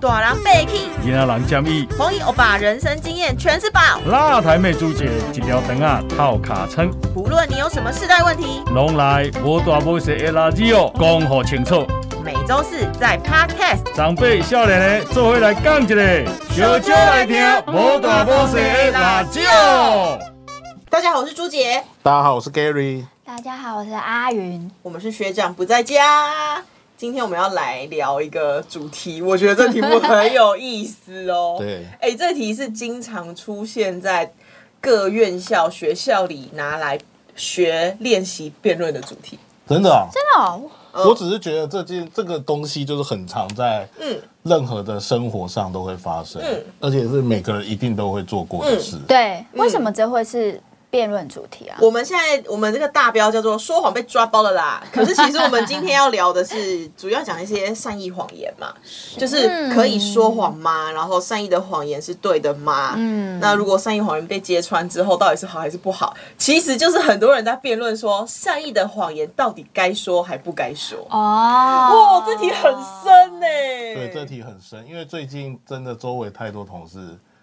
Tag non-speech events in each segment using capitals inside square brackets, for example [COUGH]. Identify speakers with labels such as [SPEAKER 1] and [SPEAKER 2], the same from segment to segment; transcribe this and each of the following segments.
[SPEAKER 1] 大人被气，
[SPEAKER 2] 囡仔人建议，
[SPEAKER 1] 黄奕欧巴人生经验全是宝。
[SPEAKER 2] 辣台妹主姐一条肠啊套卡称，
[SPEAKER 1] 不论你有什么世代问题，
[SPEAKER 2] 拢来无大无小的垃圾哦，讲好清楚。
[SPEAKER 1] 每周四在 Podcast
[SPEAKER 2] 长辈少年的做伙来讲一个，
[SPEAKER 1] 小少来听无大无小的辣
[SPEAKER 2] 哦
[SPEAKER 1] 椒。大家好，我是朱杰，
[SPEAKER 3] 大家好，我是 Gary。。，
[SPEAKER 4] 大家好，我是阿云。
[SPEAKER 1] 我们是学长不在家。今天我们要来聊一个主题，我觉得这题目很有意思哦 [LAUGHS]
[SPEAKER 3] 对，
[SPEAKER 1] 哎、这题是经常出现在各院校、学校里拿来学练习辩论的主题。
[SPEAKER 3] 真的、哦，
[SPEAKER 4] 真的哦，
[SPEAKER 3] 我只是觉得这件这个东西就是很常在
[SPEAKER 1] 嗯，
[SPEAKER 3] 任何的生活上都会发生，
[SPEAKER 1] 嗯
[SPEAKER 3] 而且是每个人一定都会做过的事。
[SPEAKER 4] 对，为什么这会是辩论主题啊？
[SPEAKER 1] 我们现在我们这个大标叫做“说谎被抓包了 [LAUGHS] 啦”，可是其实我们今天要聊的是主要讲一些善意谎言嘛，就是可以说谎吗？然后善意的谎言是对的吗？嗯，那如果善意谎言被揭穿之后，到底是好还是不好？其实就是很多人在辩论说，善意的谎言到底该说还不该说。
[SPEAKER 4] 哦
[SPEAKER 1] 哇，这题很深呢、
[SPEAKER 3] 对，这题很深，因为最近真的周围太多同事，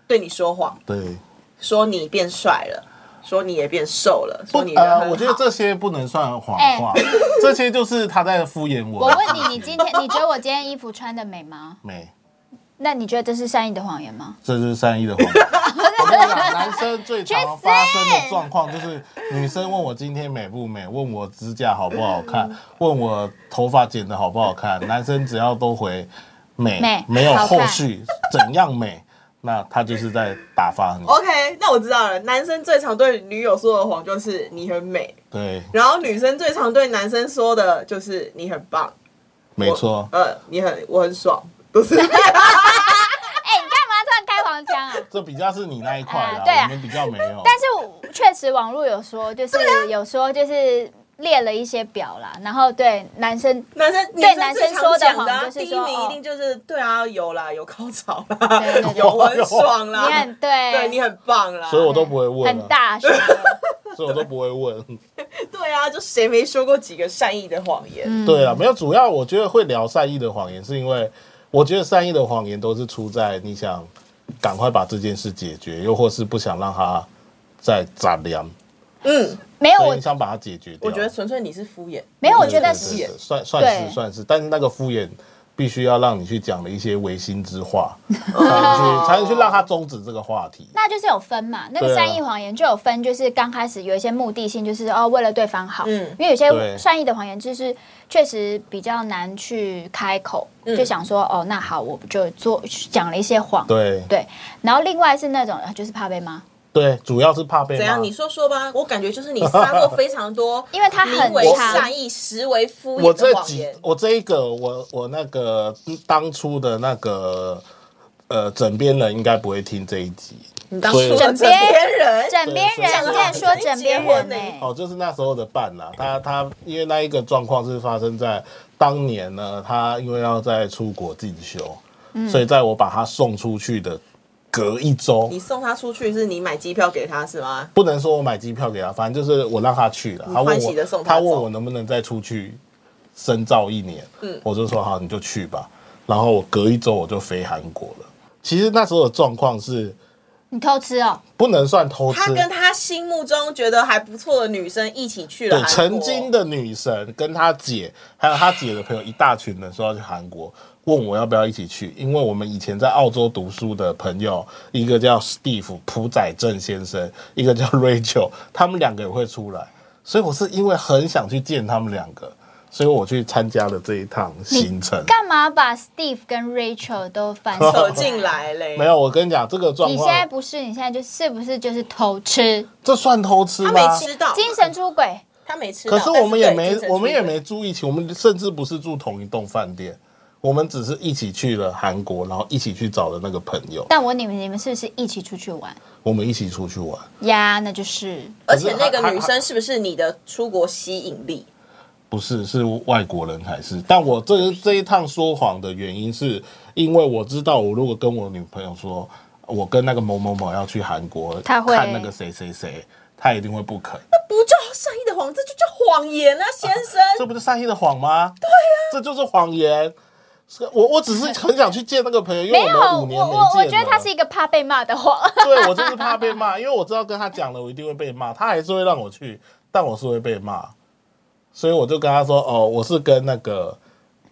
[SPEAKER 1] 对你说谎，
[SPEAKER 3] 对，
[SPEAKER 1] 说你变帅了，说你也变瘦了，
[SPEAKER 3] 不
[SPEAKER 1] 说你人很好
[SPEAKER 3] 呃，我觉得这些不能算谎话，这些就是他在敷衍我。
[SPEAKER 4] 我问你，你今天你觉得我今天衣服穿的美吗？
[SPEAKER 3] 没，
[SPEAKER 4] 那你觉得这是善意的谎言吗？
[SPEAKER 3] 这就是善意的谎
[SPEAKER 4] [LAUGHS]
[SPEAKER 3] 言。我跟你讲，男生最常发生的状况就是，女生问我今天美不美，问我指甲好不好看，问我头发剪的好不好看。男生只要都回美，
[SPEAKER 4] 美
[SPEAKER 3] 没有
[SPEAKER 4] 好看
[SPEAKER 3] 后续，怎样美，那他就是在打发你。
[SPEAKER 1] OK，那我知道了。男生最常对女友说的谎就是你很美，
[SPEAKER 3] 对，
[SPEAKER 1] 然后女生最常对男生说的就是你很棒。
[SPEAKER 3] 没错
[SPEAKER 1] 我，呃，你很我很爽，都是。
[SPEAKER 4] 哎、你干嘛突然开黄腔啊？
[SPEAKER 3] 这比较是你那一块
[SPEAKER 4] 啊对
[SPEAKER 3] 啦，
[SPEAKER 4] 啊
[SPEAKER 3] 我们比较没有。
[SPEAKER 4] [LAUGHS] 但是我确实网络有说，就是有说就是列了一些表啦，然后对男生
[SPEAKER 1] 男生
[SPEAKER 4] 对
[SPEAKER 1] 女最常讲的、
[SPEAKER 4] 男生说的谎
[SPEAKER 1] 啊，
[SPEAKER 4] 就是
[SPEAKER 1] 第一
[SPEAKER 4] 说
[SPEAKER 1] 名一
[SPEAKER 4] 哦
[SPEAKER 1] 定就是对啊，有啦，有高潮啦
[SPEAKER 4] 对
[SPEAKER 1] [LAUGHS]
[SPEAKER 4] 对，对
[SPEAKER 1] 有我很爽
[SPEAKER 4] 你
[SPEAKER 1] 啦，
[SPEAKER 4] 很对，
[SPEAKER 1] 对你很棒啦。
[SPEAKER 3] 所以我都不会问啊
[SPEAKER 4] 很大声，
[SPEAKER 3] 所以我都不会问。
[SPEAKER 1] 对啊，就谁没说过几个善意的谎言？
[SPEAKER 4] 嗯
[SPEAKER 3] 对啊，没有，主要我觉得会聊善意的谎言，是因为我觉得善意的谎言都是出在你想赶快把这件事解决，又或是不想让它再杂粮，
[SPEAKER 1] 嗯，
[SPEAKER 4] 没有
[SPEAKER 3] 所
[SPEAKER 4] 我
[SPEAKER 3] 以你想把它解决掉。
[SPEAKER 1] 我觉得纯粹你是敷衍。
[SPEAKER 4] 没有，我觉
[SPEAKER 3] 对
[SPEAKER 4] 得
[SPEAKER 3] 对
[SPEAKER 4] 是
[SPEAKER 3] 对
[SPEAKER 1] 敷衍
[SPEAKER 3] 算算
[SPEAKER 4] 对
[SPEAKER 3] 是算是，但是那个敷衍必须要让你去讲了一些违心之话，才能去才能去让它终止这个话题。
[SPEAKER 4] 那就是有分嘛，那个
[SPEAKER 3] 对啊
[SPEAKER 4] 善意谎言就有分，就是刚开始有一些目的性，就是哦为了对方好，
[SPEAKER 1] 嗯
[SPEAKER 4] 因为有些
[SPEAKER 3] 对
[SPEAKER 4] 善意的谎言就是确实比较难去开口，就想说哦那好，我就做讲了一些谎，
[SPEAKER 3] 对
[SPEAKER 4] 然后另外是那种呃就是怕被骂，
[SPEAKER 3] 对，啊主要是怕被
[SPEAKER 1] 怎样？
[SPEAKER 3] 骂
[SPEAKER 1] 你。说说吧，我感觉就是你撒过非常多
[SPEAKER 4] [LAUGHS] ，因为它很
[SPEAKER 1] 名为
[SPEAKER 4] 长
[SPEAKER 1] 善意，实为敷
[SPEAKER 3] 我
[SPEAKER 1] 衍的
[SPEAKER 3] 这
[SPEAKER 1] 谎
[SPEAKER 3] 几
[SPEAKER 1] 言。
[SPEAKER 3] 我这一个我我那个嗯当初的那个呃枕边人应该不会听这一集，
[SPEAKER 1] 你当初
[SPEAKER 3] 所以
[SPEAKER 1] 的枕边人，
[SPEAKER 4] 枕边
[SPEAKER 3] 对
[SPEAKER 4] 人，
[SPEAKER 3] 讲得
[SPEAKER 4] 你竟然
[SPEAKER 3] 好
[SPEAKER 4] 说枕边人呢、
[SPEAKER 1] 哎
[SPEAKER 3] 哦，就是那时候的伴啦，他他因为那一个状况是发生在当年呢，他因为要在出国进修，
[SPEAKER 1] 嗯
[SPEAKER 3] 所以在我把他送出去的隔一周
[SPEAKER 1] 你，送他出去是你买机票给他是吗？
[SPEAKER 3] 不能说我买机票给他，反正就是我让他去了。他问
[SPEAKER 1] 欢喜地
[SPEAKER 3] 我
[SPEAKER 1] 送，他
[SPEAKER 3] 他问
[SPEAKER 1] 走嗯
[SPEAKER 3] 我能不能再出去深造一年，我就说好，你就去吧。然后我隔一周我就飞韩国了。其实那时候的状况是
[SPEAKER 4] 你偷吃哦，
[SPEAKER 3] 不能算偷吃，
[SPEAKER 1] 他跟他心目中觉得还不错的女生一起去了
[SPEAKER 3] 对，
[SPEAKER 1] 韩国
[SPEAKER 3] 曾经的女神跟她姐，还有她姐的朋友一大群人说要去韩国，问我要不要一起去，因为我们以前在澳洲读书的朋友，一个叫 Steve 朴载正先生，一个叫 Rachel，他们两个也会出来，所以我是因为很想去见他们两个，所以我去参加了这一趟行程。
[SPEAKER 4] 干嘛把 Steve 跟 Rachel 都翻出
[SPEAKER 1] 走进？来嘞，
[SPEAKER 3] 没有，我跟你讲这个状
[SPEAKER 4] [LAUGHS] 你现在
[SPEAKER 3] 况，
[SPEAKER 4] 不是，你现在就是不是就是偷吃，
[SPEAKER 3] 这算偷吃
[SPEAKER 1] 他没
[SPEAKER 3] 吗？
[SPEAKER 1] 吃到，
[SPEAKER 4] 精神出轨？
[SPEAKER 1] 他没
[SPEAKER 4] 啊
[SPEAKER 1] 吃到。
[SPEAKER 3] 可是我们也
[SPEAKER 1] 但
[SPEAKER 3] 没
[SPEAKER 1] 是对精神出，轨
[SPEAKER 3] 我们也没住一起，我们甚至不是住同一栋饭店，我们只是一起去了韩国，然后一起去找了那个朋友，
[SPEAKER 4] 但我问你们你们是不是一起出去玩
[SPEAKER 3] 我们一起出去玩，
[SPEAKER 4] 呀？那就是
[SPEAKER 1] 而且那个
[SPEAKER 3] 可是
[SPEAKER 1] 女
[SPEAKER 3] 他
[SPEAKER 1] 生是不是你的出国吸引力？
[SPEAKER 3] 不是是外国人还是？但我这这一趟说谎的原因是因为我知道，我如果跟我女朋友说，我跟那个某某某要去韩国，
[SPEAKER 4] 她会
[SPEAKER 3] 看那个谁谁谁，她一定会不肯，
[SPEAKER 1] 不就善意的谎，这就叫谎言啊，先生。
[SPEAKER 4] 啊
[SPEAKER 3] 这不是善意的谎吗？对呀、这就是谎言。是我我只是很想去见那个朋友，因为
[SPEAKER 4] 没有，
[SPEAKER 3] 们
[SPEAKER 4] 我
[SPEAKER 3] 五年没
[SPEAKER 4] 我我
[SPEAKER 3] 见
[SPEAKER 4] 觉得他
[SPEAKER 3] 了
[SPEAKER 4] 是一个怕被骂的谎。 [LAUGHS]
[SPEAKER 3] 对我就是怕被骂，因为我知道跟他讲了，我一定会被骂。他还是会让我去，但我是会被骂，所以我就跟他说：“哦，我是跟那个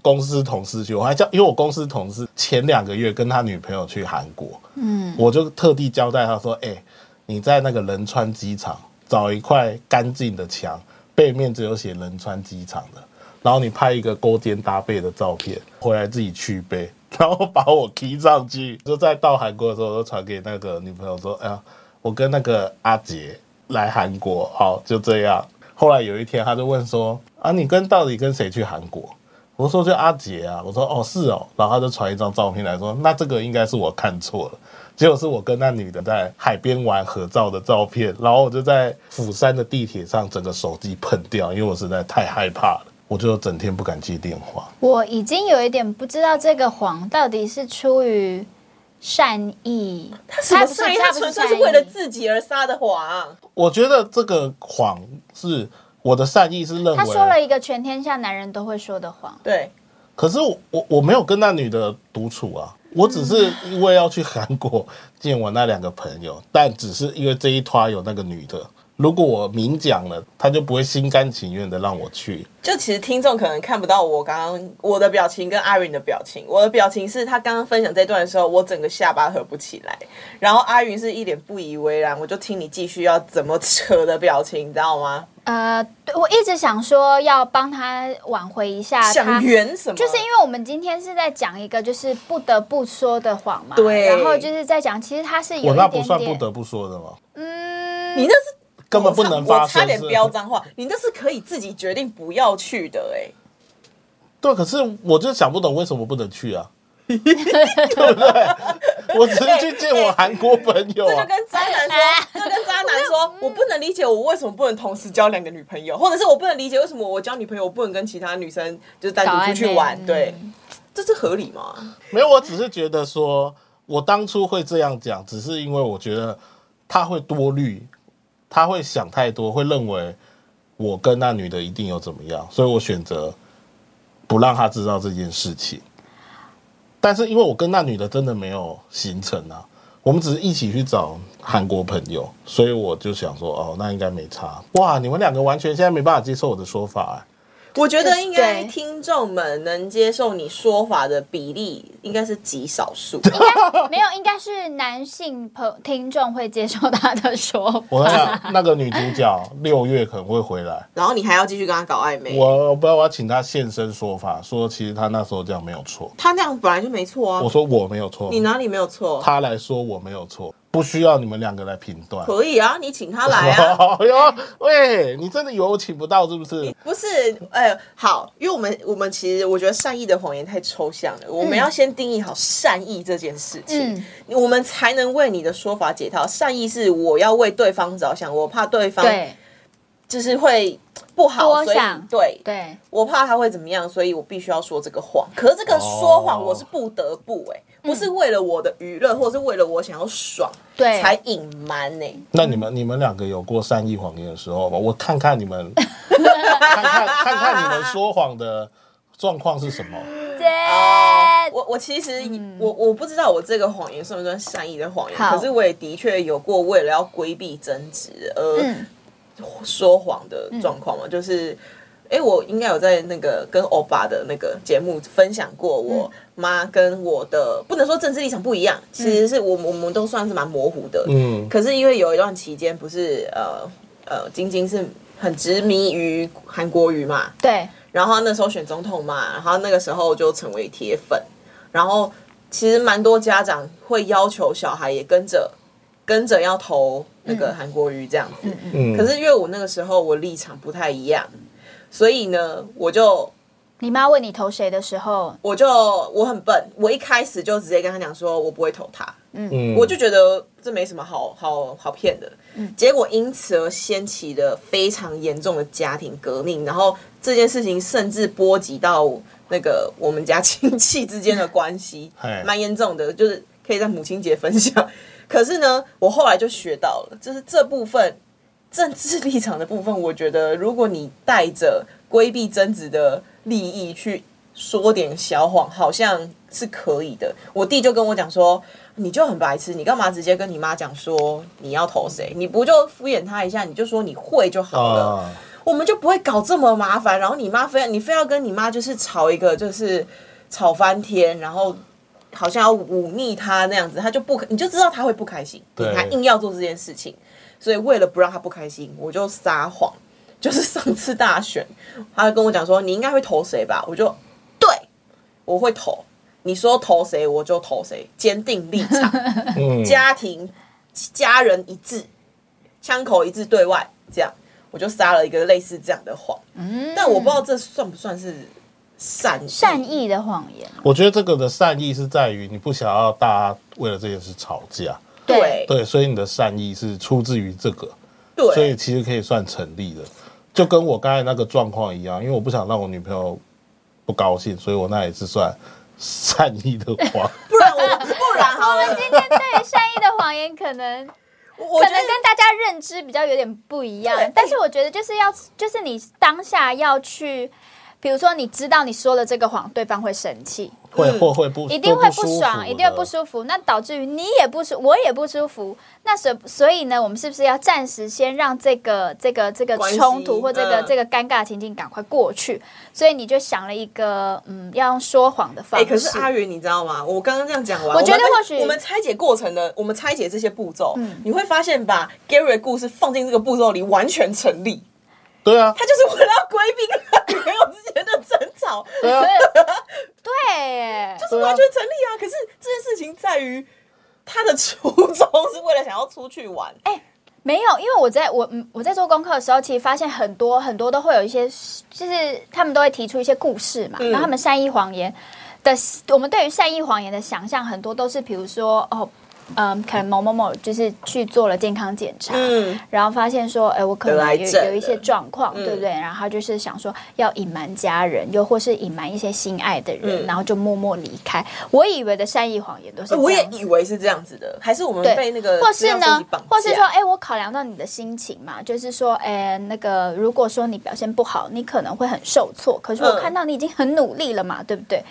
[SPEAKER 3] 公司同事去，我还叫，因为我公司同事前两个月跟他女朋友去韩国，嗯，我就特地交代他说：‘哎、你在那个仁川机场找一块干净的墙，背面只有写仁川机场的，然后你拍一个勾肩搭背的照片，回来自己去背， [LAUGHS] 然后把我踢上去。就在到韩国的时候，我就传给那个女朋友说：“哎呀，我跟那个阿杰来韩国，好，就这样。”后来有一天，他就问说：“啊，你跟到底跟谁去韩国？”我说：“就阿杰啊。”我说：“哦，是哦。”然后他就传一张照片来说：“那这个应该是我看错了。”结果是我跟那女的在海边玩合照的照片，然后我就在釜山的地铁上整个手机喷掉，因为我实在太害怕了，我就整天不敢接电话。
[SPEAKER 4] 我已经有一点不知道这个谎到底是出于善意，他
[SPEAKER 1] 什么
[SPEAKER 4] 不是
[SPEAKER 1] 善意？
[SPEAKER 4] 他
[SPEAKER 1] 他
[SPEAKER 4] 不是
[SPEAKER 1] 纯
[SPEAKER 4] 善
[SPEAKER 1] 粹
[SPEAKER 4] 意
[SPEAKER 1] 是为了自己而撒的谎。
[SPEAKER 3] 我觉得这个谎是我的善意是认为，
[SPEAKER 4] 他说了一个全天下男人都会说的谎。
[SPEAKER 1] 对，
[SPEAKER 3] 可是我我我没有跟那女的独处啊，我只是因为要去韩国见我那两个朋友，但只是因为这一团有那个女的，如果我明讲了，她就不会心甘情愿的让我去。
[SPEAKER 1] 就其实听众可能看不到我刚刚我的表情跟 Irene 的表情，我的表情是他刚刚分享这段的时候，我整个下巴合不起来，然后阿云是一脸不以为然，我就听你继续要怎么扯的表情，你知道吗？
[SPEAKER 4] 呃，对我一直想说要帮他挽回一下啊他
[SPEAKER 1] 想。圆什么？
[SPEAKER 4] 就是因为我们今天是在讲一个就是不得不说的谎嘛，
[SPEAKER 1] 对
[SPEAKER 4] 然后就是在讲，其实他是有
[SPEAKER 3] 我
[SPEAKER 4] 一
[SPEAKER 3] 那
[SPEAKER 4] 点
[SPEAKER 3] 不
[SPEAKER 4] 点，
[SPEAKER 3] 算不得 [LAUGHS] 不说的嘛，
[SPEAKER 4] 嗯，
[SPEAKER 1] 你那是
[SPEAKER 3] 根本不
[SPEAKER 1] 我差
[SPEAKER 3] 能发
[SPEAKER 1] 我
[SPEAKER 3] 生。
[SPEAKER 1] 差点
[SPEAKER 3] 是
[SPEAKER 1] 飙脏话，你那是可以自己决定不要去的哎、
[SPEAKER 3] 对，啊可是我就想不懂为什么不能去啊， [LAUGHS] 对不对？我只是去见我韩国朋友
[SPEAKER 1] 这
[SPEAKER 3] 啊
[SPEAKER 1] 就。跟渣男说，这就跟渣男说，我不能理解我为什么不能同时交两个女朋友，或者是我不能理解为什么我交女朋友我不能跟其他女生就是单独出去
[SPEAKER 4] 搞暧
[SPEAKER 1] 玩
[SPEAKER 4] 昧，
[SPEAKER 1] 对，这是合理吗？
[SPEAKER 3] 没有，我只是觉得说，我当初会这样讲，只是因为我觉得他会多虑，他会想太多，会认为我跟那女的一定有怎么样，所以我选择不让他知道这件事情。但是因为我跟那女的真的没有行程啊，我们只是一起去找韩国朋友，所以我就想说，哦，那应该没差。哇，你们两个完全现在没办法接受我的说法、哎
[SPEAKER 1] 我觉得应该
[SPEAKER 4] 对
[SPEAKER 1] 听众们能接受你说法的比例应该是极少数。
[SPEAKER 4] 没有，应该是男性朋听众会接受他的说法。
[SPEAKER 3] 我在想那个 [LAUGHS] 女主角六月可能会回来。
[SPEAKER 1] 然后你还要继续跟他搞暧昧，
[SPEAKER 3] 我我不知道我要请他现身说法，说其实他那时候这样没有错。
[SPEAKER 1] 他那样本来就没错啊
[SPEAKER 3] 我，说我没有错，
[SPEAKER 1] 你哪里没有错？
[SPEAKER 3] 他来说我没有错，不需要你们两个来评断。
[SPEAKER 1] 可以啊，你请他来啊。
[SPEAKER 3] [LAUGHS] 哎呦，喂，你真的以为我请不到是不是？
[SPEAKER 1] 不是，哎、好，因为我们我们其实我觉得善意的谎言太抽象了，我们要先定义好善意这件事情，
[SPEAKER 4] 嗯
[SPEAKER 1] 我们才能为你的说法解套。善意是我要为对方着想，我怕对方
[SPEAKER 4] 对
[SPEAKER 1] 就是会不好，
[SPEAKER 4] 多
[SPEAKER 1] 所以
[SPEAKER 4] 想
[SPEAKER 1] 对，
[SPEAKER 4] 对，
[SPEAKER 1] 我怕他会怎么样，所以我必须要说这个谎。可是这个说谎
[SPEAKER 3] 哦
[SPEAKER 1] 我是不得不哎、不是为了我的娱乐，或是为了我想要爽
[SPEAKER 4] 哦嗯对
[SPEAKER 1] 才隐瞒哎呢。
[SPEAKER 3] 那你们你们两个有过善意谎言的时候吗？我看看
[SPEAKER 1] [LAUGHS]
[SPEAKER 3] 你们，看看看看你们说谎的状况是什么。
[SPEAKER 4] 对，
[SPEAKER 1] 我我其实、我我不知道我这个谎言算不算善意的谎言，
[SPEAKER 4] 嗯好
[SPEAKER 1] 可是我也的确有过为了要规避争执而
[SPEAKER 4] 嗯，
[SPEAKER 1] 说谎的状况嘛，就是。哎、我应该有在那个跟欧巴的那个节目分享过，
[SPEAKER 4] 嗯
[SPEAKER 1] 我妈跟我的不能说政治立场不一样，其
[SPEAKER 4] 嗯
[SPEAKER 1] 实是我们我们都算是蛮模糊的，
[SPEAKER 3] 嗯，
[SPEAKER 1] 可是因为有一段期间不是呃呃，晶晶是很执迷于韩国瑜嘛，
[SPEAKER 4] 对，
[SPEAKER 1] 然后那时候选总统嘛，然后那个时候就成为铁粉，然后其实蛮多家长会要求小孩也跟着跟着要投那个韩国瑜这样子，
[SPEAKER 3] 嗯
[SPEAKER 1] 可是因为我那个时候我立场不太一样，所以呢，我就
[SPEAKER 4] 你妈问你投谁的时候，
[SPEAKER 1] 我就我很笨，我一开始就直接跟他讲说我不会投他，
[SPEAKER 3] 嗯，
[SPEAKER 1] 我就觉得这没什么好好好骗的。结果因此而掀起了非常严重的家庭革命，然后这件事情甚至波及到那个我们家 [LAUGHS] 亲戚之间的关系
[SPEAKER 3] 嘿，
[SPEAKER 1] 蛮严重的，就是可以在母亲节分享。 [LAUGHS] 可是呢，我后来就学到了，就是这部分政治立场的部分，我觉得如果你带着规避争执的利益去说点小谎，好像是可以的。我弟就跟我讲说，你就很白痴，你干嘛直接跟你妈讲说你要投谁？你不就敷衍她一下，你就说你会就好了。
[SPEAKER 3] 啊，
[SPEAKER 1] 我们就不会搞这么麻烦。然后你妈非你非要跟你妈就是吵一个，就是吵翻天，然后好像要忤逆她那样子，她就不，你就知道她会不开心，
[SPEAKER 3] 对
[SPEAKER 1] 她硬要做这件事情。所以为了不让她不开心，我就撒谎。就是上次大选，她跟我讲说你应该会投谁吧，我就对，我会投。你说投谁，我就投谁，坚定立场。
[SPEAKER 3] 嗯，
[SPEAKER 1] 家庭、家人一致，枪口一致对外，这样我就撒了一个类似这样的谎。但我不知道这算不算是善意
[SPEAKER 4] 嗯善意的谎言，
[SPEAKER 3] 我觉得这个的善意是在于你不想要大家为了这件事吵架，
[SPEAKER 1] 对
[SPEAKER 3] 对，所以你的善意是出自于这个，所以
[SPEAKER 1] 对
[SPEAKER 3] 其实可以算成立的。就跟我刚才那个状况一样，因为我不想让我女朋友不高兴，所以我那也是算善意的
[SPEAKER 4] [LAUGHS]
[SPEAKER 3] 话。
[SPEAKER 4] 嗯
[SPEAKER 1] 不然我不然好了，
[SPEAKER 4] 今天对于善意的谎言，可能
[SPEAKER 1] 我
[SPEAKER 4] 可
[SPEAKER 1] 觉
[SPEAKER 4] 能
[SPEAKER 1] 得
[SPEAKER 4] 跟大家认知比较有点不一样
[SPEAKER 1] 对，
[SPEAKER 4] 但是我觉得就是要，就是你当下要去，比如说你知道你说了这个谎，对方会生气，
[SPEAKER 3] 会
[SPEAKER 1] 嗯
[SPEAKER 3] 会会不
[SPEAKER 4] 一定会不
[SPEAKER 3] 舒服
[SPEAKER 4] 爽，
[SPEAKER 3] 的
[SPEAKER 4] 一定会不舒服，那导致于你也不舒，我也不舒服。那所所以呢，我们是不是要暂时先让这个这个这个
[SPEAKER 1] 关系
[SPEAKER 4] 冲突或这个、
[SPEAKER 1] 嗯
[SPEAKER 4] 这个尴尬情境赶快过去？所以你就想了一个，嗯，要用说谎的方
[SPEAKER 1] 哎、
[SPEAKER 4] 式。
[SPEAKER 1] 可是阿云，你知道吗？我刚刚这样讲完，
[SPEAKER 4] 我觉得
[SPEAKER 1] 们
[SPEAKER 4] 或许嗯
[SPEAKER 1] 我们拆解过程的，我们拆解这些步骤，你会发现把 Gary 的故事放进这个步骤里完全成立。
[SPEAKER 3] 对啊，
[SPEAKER 1] 他就是为了要规避跟他女朋友之间的争吵，
[SPEAKER 3] 对啊，
[SPEAKER 4] [LAUGHS] 对，
[SPEAKER 1] 就是完全成立啊。可是这件事情在于他的初衷是为了想要出去玩，
[SPEAKER 4] 没有，因为我在我嗯我在做功课的时候，其实发现很多很多都会有一些，就是他们都会提出一些故事嘛，
[SPEAKER 1] 嗯
[SPEAKER 4] 然后他们善意谎言的，我们对于善意谎言的想象，很多都是比如说哦，嗯，可能某某某就是去做了健康检查，
[SPEAKER 1] 嗯
[SPEAKER 4] 然后发现说，哎，我可
[SPEAKER 1] 得
[SPEAKER 4] 能
[SPEAKER 1] 癌
[SPEAKER 4] 有
[SPEAKER 1] 症
[SPEAKER 4] 有一些
[SPEAKER 1] 了
[SPEAKER 4] 状况，
[SPEAKER 1] 嗯
[SPEAKER 4] 对不对？然后他就是想说要隐瞒家人，又或是隐瞒一些心爱的人，
[SPEAKER 1] 嗯
[SPEAKER 4] 然后就默默离开。我以为的善意谎言都是这
[SPEAKER 1] 呃
[SPEAKER 4] 样
[SPEAKER 1] 我也
[SPEAKER 4] 子
[SPEAKER 1] 以为是这样子的，还是我们
[SPEAKER 4] 对
[SPEAKER 1] 被那个
[SPEAKER 4] 或
[SPEAKER 1] 资
[SPEAKER 4] 是
[SPEAKER 1] 料收
[SPEAKER 4] 呢
[SPEAKER 1] 集绑架，
[SPEAKER 4] 或是说，哎、我考量到你的心情嘛，就是说，哎、那个如果说你表现不好，你可能会很受挫。可是我
[SPEAKER 1] 嗯
[SPEAKER 4] 看到你已经很努力了嘛，对不对？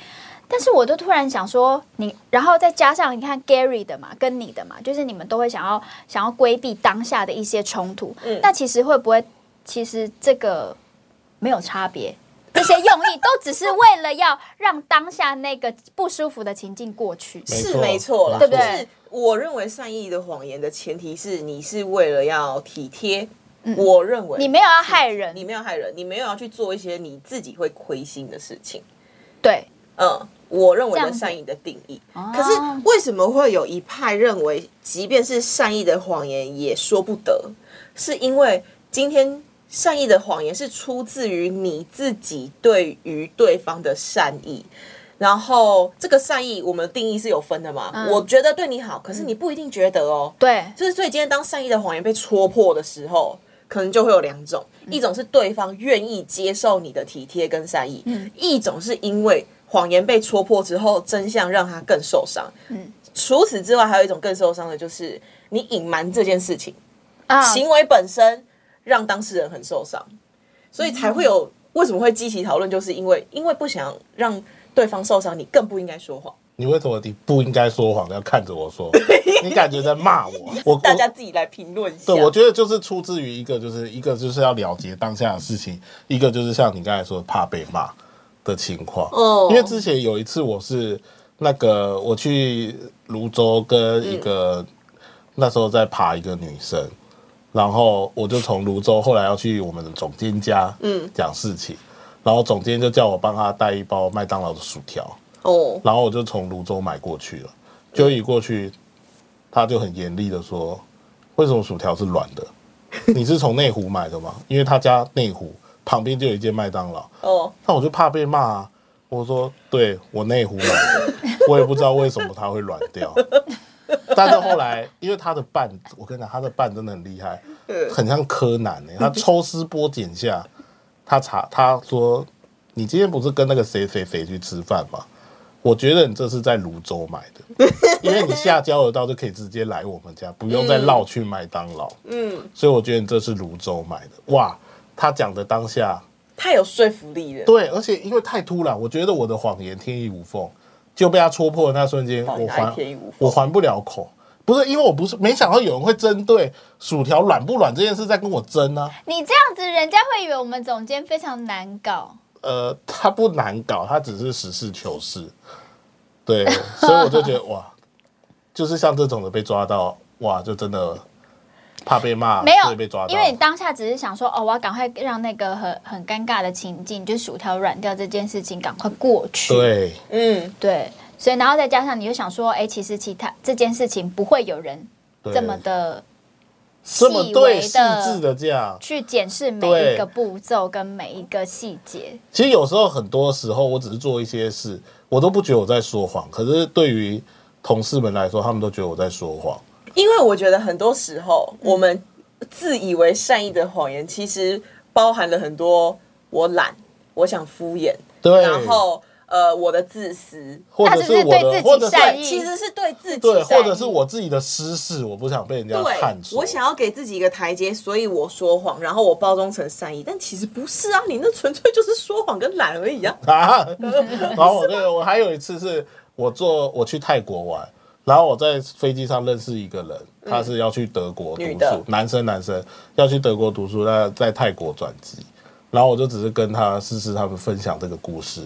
[SPEAKER 4] 但是我就突然想说，你，然后再加上你看 Gary 的嘛，跟你的嘛，就是你们都会想要想要规避当下的一些冲突。
[SPEAKER 1] 嗯
[SPEAKER 4] 那其实会不会，其实这个没有差别？这些用意都只是为了要让当下那个不舒服的情境过去。
[SPEAKER 1] 是没错啦，
[SPEAKER 4] 对不对
[SPEAKER 1] 就是我认为善意的谎言的前提是你是为了要体贴，我认为
[SPEAKER 4] 你没有要害人，
[SPEAKER 1] 你没有害人，你没有要去做一些你自己会亏心的事情。
[SPEAKER 4] 对，
[SPEAKER 1] 嗯，我认为
[SPEAKER 4] 这
[SPEAKER 1] 的
[SPEAKER 4] 样子
[SPEAKER 1] 善意的定义。
[SPEAKER 4] 哦
[SPEAKER 1] 可是为什么会有一派认为，即便是善意的谎言也说不得？是因为今天善意的谎言是出自于你自己对于对方的善意。然后这个善意，我们的定义是有分的嘛？
[SPEAKER 4] 嗯
[SPEAKER 1] 我觉得对你好，可是你不一定觉得哦。
[SPEAKER 4] 对，
[SPEAKER 1] 就是所以今天当善意的谎言被戳破的时候，可能就会有两种，
[SPEAKER 4] 嗯
[SPEAKER 1] 一种是对方愿意接受你的体贴跟善意，
[SPEAKER 4] 嗯
[SPEAKER 1] 一种是因为谎言被戳破之后，真相让他更受伤。
[SPEAKER 4] 嗯
[SPEAKER 1] 除此之外，还有一种更受伤的就是你隐瞒这件事情，
[SPEAKER 4] 啊，
[SPEAKER 1] 行为本身让当事人很受伤，所以才会
[SPEAKER 4] 嗯
[SPEAKER 1] 有为什么会激起讨论，就是因为因为不想让对方受伤，你更不应该说谎。
[SPEAKER 3] 你为什么你不应该说谎，要看着我
[SPEAKER 4] [LAUGHS]
[SPEAKER 3] 说？你感觉在骂我？我
[SPEAKER 1] 大家
[SPEAKER 3] 我
[SPEAKER 1] 自己来评论一下。
[SPEAKER 3] 对，我觉得就是出自于一个，就是一个就是要了结当下的事情，一个就是像你刚才说的怕被骂的情况。
[SPEAKER 4] 嗯
[SPEAKER 1] 哦
[SPEAKER 3] 因为之前有一次我是那个我去泸州跟一个、那时候在爬一个女生，然后我就从泸州后来要去我们的总监家，嗯，讲事情，然后总监就叫我帮他带一包麦当劳的薯条，
[SPEAKER 1] 哦，
[SPEAKER 3] 然后我就从泸州买过去了。就一过去，他就很严厉的说：“为什么薯条是软的？你是从内湖买的吗？因为他家内湖旁边就有一间麦当劳。
[SPEAKER 1] 哦，
[SPEAKER 3] 那我就怕被骂、啊，我说对我内湖买的，我也不知道为什么它会软掉。但是后来，因为他的扮，我跟你讲，他的扮真的很厉害，
[SPEAKER 1] 嗯
[SPEAKER 3] 很像柯南欸他抽丝剥茧下，他查他说，你今天不是跟那个谁谁谁去吃饭吗？我觉得你这是在泸州买的，因为你下交流道就可以直接来我们家，不用再绕去麦当劳。
[SPEAKER 1] 嗯，
[SPEAKER 3] 所以我觉得你这是泸州买的。哇，他讲的当下，
[SPEAKER 1] 太有说服力了。
[SPEAKER 3] 对，而且因为太突然，我觉得我的谎言天衣无缝，就被他戳破的那瞬间，
[SPEAKER 4] 哦
[SPEAKER 1] 到底
[SPEAKER 3] 我
[SPEAKER 1] 哪里
[SPEAKER 3] 还
[SPEAKER 1] 天衣无缝
[SPEAKER 3] 我还不了口。不是因为我不是没想到有人会针对薯条软不软这件事在跟我争啊。
[SPEAKER 4] 你这样子，人家会以为我们总监非常难搞。
[SPEAKER 3] 呃，他不难搞，他只是实事求是。
[SPEAKER 4] [LAUGHS]
[SPEAKER 3] 对，所以我就觉得哇，就是像这种的被抓到，哇，就真的怕被骂，
[SPEAKER 4] 没
[SPEAKER 3] 啊所
[SPEAKER 4] 有
[SPEAKER 3] 以被抓，到。
[SPEAKER 4] 因为你当下只是想说，哦，我要赶快让那个很很尴尬的情境，就是薯条软掉这件事情赶快过去。
[SPEAKER 3] 对
[SPEAKER 1] 嗯，
[SPEAKER 4] 对所以然后再加上你就想说，哎，其实其他这件事情不会有人
[SPEAKER 3] 对
[SPEAKER 4] 这么的
[SPEAKER 3] 这么对
[SPEAKER 4] 细
[SPEAKER 3] 细
[SPEAKER 4] 微的
[SPEAKER 3] 致的这样。
[SPEAKER 4] 去检视每一
[SPEAKER 3] 对
[SPEAKER 4] 个步骤跟每一个细节。
[SPEAKER 3] 其实有时候很多时候，我只是做一些事，我都不觉得我在说谎。可是对于同事们来说，他们都觉得我在说谎。
[SPEAKER 1] 因为我觉得很多时候我们自以为善意的谎言，其实包含了很多我懒，我想敷衍，
[SPEAKER 3] 对，
[SPEAKER 1] 然后呃我的自私，
[SPEAKER 3] 或者
[SPEAKER 4] 那是不是
[SPEAKER 3] 我
[SPEAKER 4] 对自
[SPEAKER 3] 的，
[SPEAKER 4] 己
[SPEAKER 3] 或者是
[SPEAKER 4] 善意
[SPEAKER 1] 对，其实是对自己
[SPEAKER 3] 对，
[SPEAKER 1] 善
[SPEAKER 3] 或
[SPEAKER 1] 意
[SPEAKER 3] 者是我自己的私事，我不想被人家看
[SPEAKER 1] 对，
[SPEAKER 3] 出。
[SPEAKER 1] 我想要给自己一个台阶，所以我说谎，然后我包装成善意，但其实不是啊，你那纯粹就是说谎跟懒而已啊。
[SPEAKER 3] 啊， [LAUGHS] 然后我对我还有一次是我坐我去泰国玩，然后我在飞机上认识一个人，他是要去德国读
[SPEAKER 1] 女
[SPEAKER 3] 书
[SPEAKER 1] 的，
[SPEAKER 3] 男生男生要去德国读书，那在泰国转机，然后我就只是跟他思思他们分享这个故事。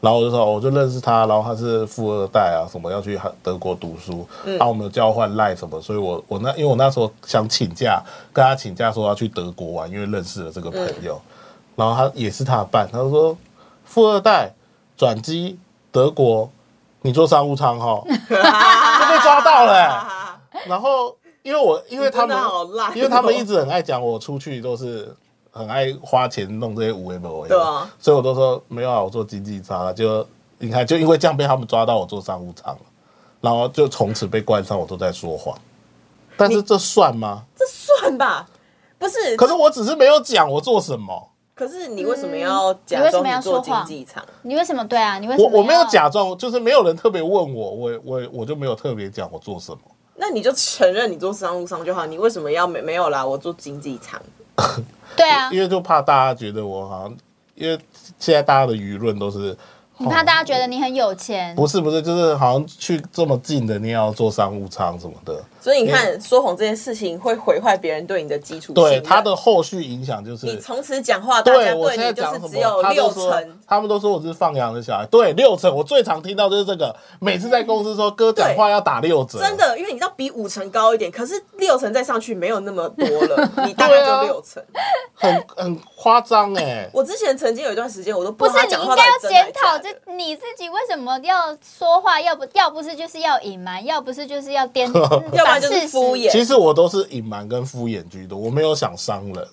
[SPEAKER 3] 然后我就说，哦我就认识他，然后他是富二代啊，什么要去德国读书，
[SPEAKER 1] 嗯
[SPEAKER 3] 然后我们有交换赖什么，所以我我那因为我那时候想请假，跟他请假说要去德国玩，因为认识了这个朋友，
[SPEAKER 1] 嗯
[SPEAKER 3] 然后他也是他的伴，他就说富二代转机德国，你坐商务
[SPEAKER 1] [LAUGHS]
[SPEAKER 3] 舱哈，就被抓到了欸、
[SPEAKER 1] 啊，
[SPEAKER 3] 然后因为我因为他
[SPEAKER 1] 你真
[SPEAKER 3] 们
[SPEAKER 1] 的好烂哦
[SPEAKER 3] 因为他们一直很爱讲我出去都是很爱花钱弄这些五 A 博
[SPEAKER 1] 对啊
[SPEAKER 3] 所以我都说没有啊，我坐经济舱啊，就你看就因为这样被他们抓到我坐商务舱了，然后就从此被冠上我都在说谎。但是这算吗？
[SPEAKER 1] 这算吧？不是，
[SPEAKER 3] 可是我只是没有讲我做什么，
[SPEAKER 1] 可是你为什么要
[SPEAKER 4] 嗯你
[SPEAKER 1] 假
[SPEAKER 4] 为什
[SPEAKER 1] 装
[SPEAKER 4] 么要
[SPEAKER 1] 你做
[SPEAKER 4] 说
[SPEAKER 1] 经
[SPEAKER 4] 谎
[SPEAKER 1] 济舱？
[SPEAKER 4] 你为什么对啊？你为什
[SPEAKER 3] 我
[SPEAKER 4] 么
[SPEAKER 3] 我没有假装，就是没有人特别问我，我我我就没有特别讲我做什么。
[SPEAKER 1] 那你就承认你做商务舱就好，你为什么要没没有啦？我做经济舱，
[SPEAKER 4] 对啊，
[SPEAKER 3] 因为就怕大家觉得我好像，因为现在大家的舆论都是，哦
[SPEAKER 4] 你怕大家觉得你很有钱，
[SPEAKER 3] 不是不是，就是好像去这么近的，你也要做商务舱什么的。
[SPEAKER 1] 所以你看说谎这件事情会毁坏别人对你的基础信
[SPEAKER 3] 对
[SPEAKER 1] 任。
[SPEAKER 3] 他的后续影响就
[SPEAKER 1] 你
[SPEAKER 3] 是，
[SPEAKER 1] 从此讲话，大家
[SPEAKER 3] 对我现在
[SPEAKER 1] 对你就
[SPEAKER 3] 讲
[SPEAKER 1] 是
[SPEAKER 3] 什
[SPEAKER 1] 只有
[SPEAKER 3] 么，他
[SPEAKER 1] 六
[SPEAKER 3] 都说
[SPEAKER 1] 成，
[SPEAKER 3] 他们都说我是放羊的小孩。对，六成，我最常听到就是这个，每次在公司说哥讲话要打六折，
[SPEAKER 1] 真。的，因为你知道比五成高一点，可是六成再上去没有那么多
[SPEAKER 3] [LAUGHS]
[SPEAKER 1] 了，你大概
[SPEAKER 3] 啊
[SPEAKER 1] 就六成。
[SPEAKER 3] 很很夸张哎，
[SPEAKER 1] 我之前曾经有一段时间，我都不
[SPEAKER 4] 不
[SPEAKER 1] 知道
[SPEAKER 4] 是
[SPEAKER 1] 他
[SPEAKER 4] 你
[SPEAKER 1] 讲
[SPEAKER 4] 应
[SPEAKER 1] 话
[SPEAKER 4] 该
[SPEAKER 1] 到
[SPEAKER 4] 要
[SPEAKER 1] 底真还
[SPEAKER 4] 检
[SPEAKER 1] 是
[SPEAKER 4] 讨
[SPEAKER 1] 假
[SPEAKER 4] 这
[SPEAKER 1] 的。
[SPEAKER 4] 你自己为什么要说话，要不要不是就是要隐瞒，要不是就是要颠，
[SPEAKER 3] [LAUGHS]
[SPEAKER 1] 要
[SPEAKER 4] 要
[SPEAKER 1] 不然就是敷。衍。
[SPEAKER 3] 其实我都是隐瞒跟敷衍居多，我没有想伤人，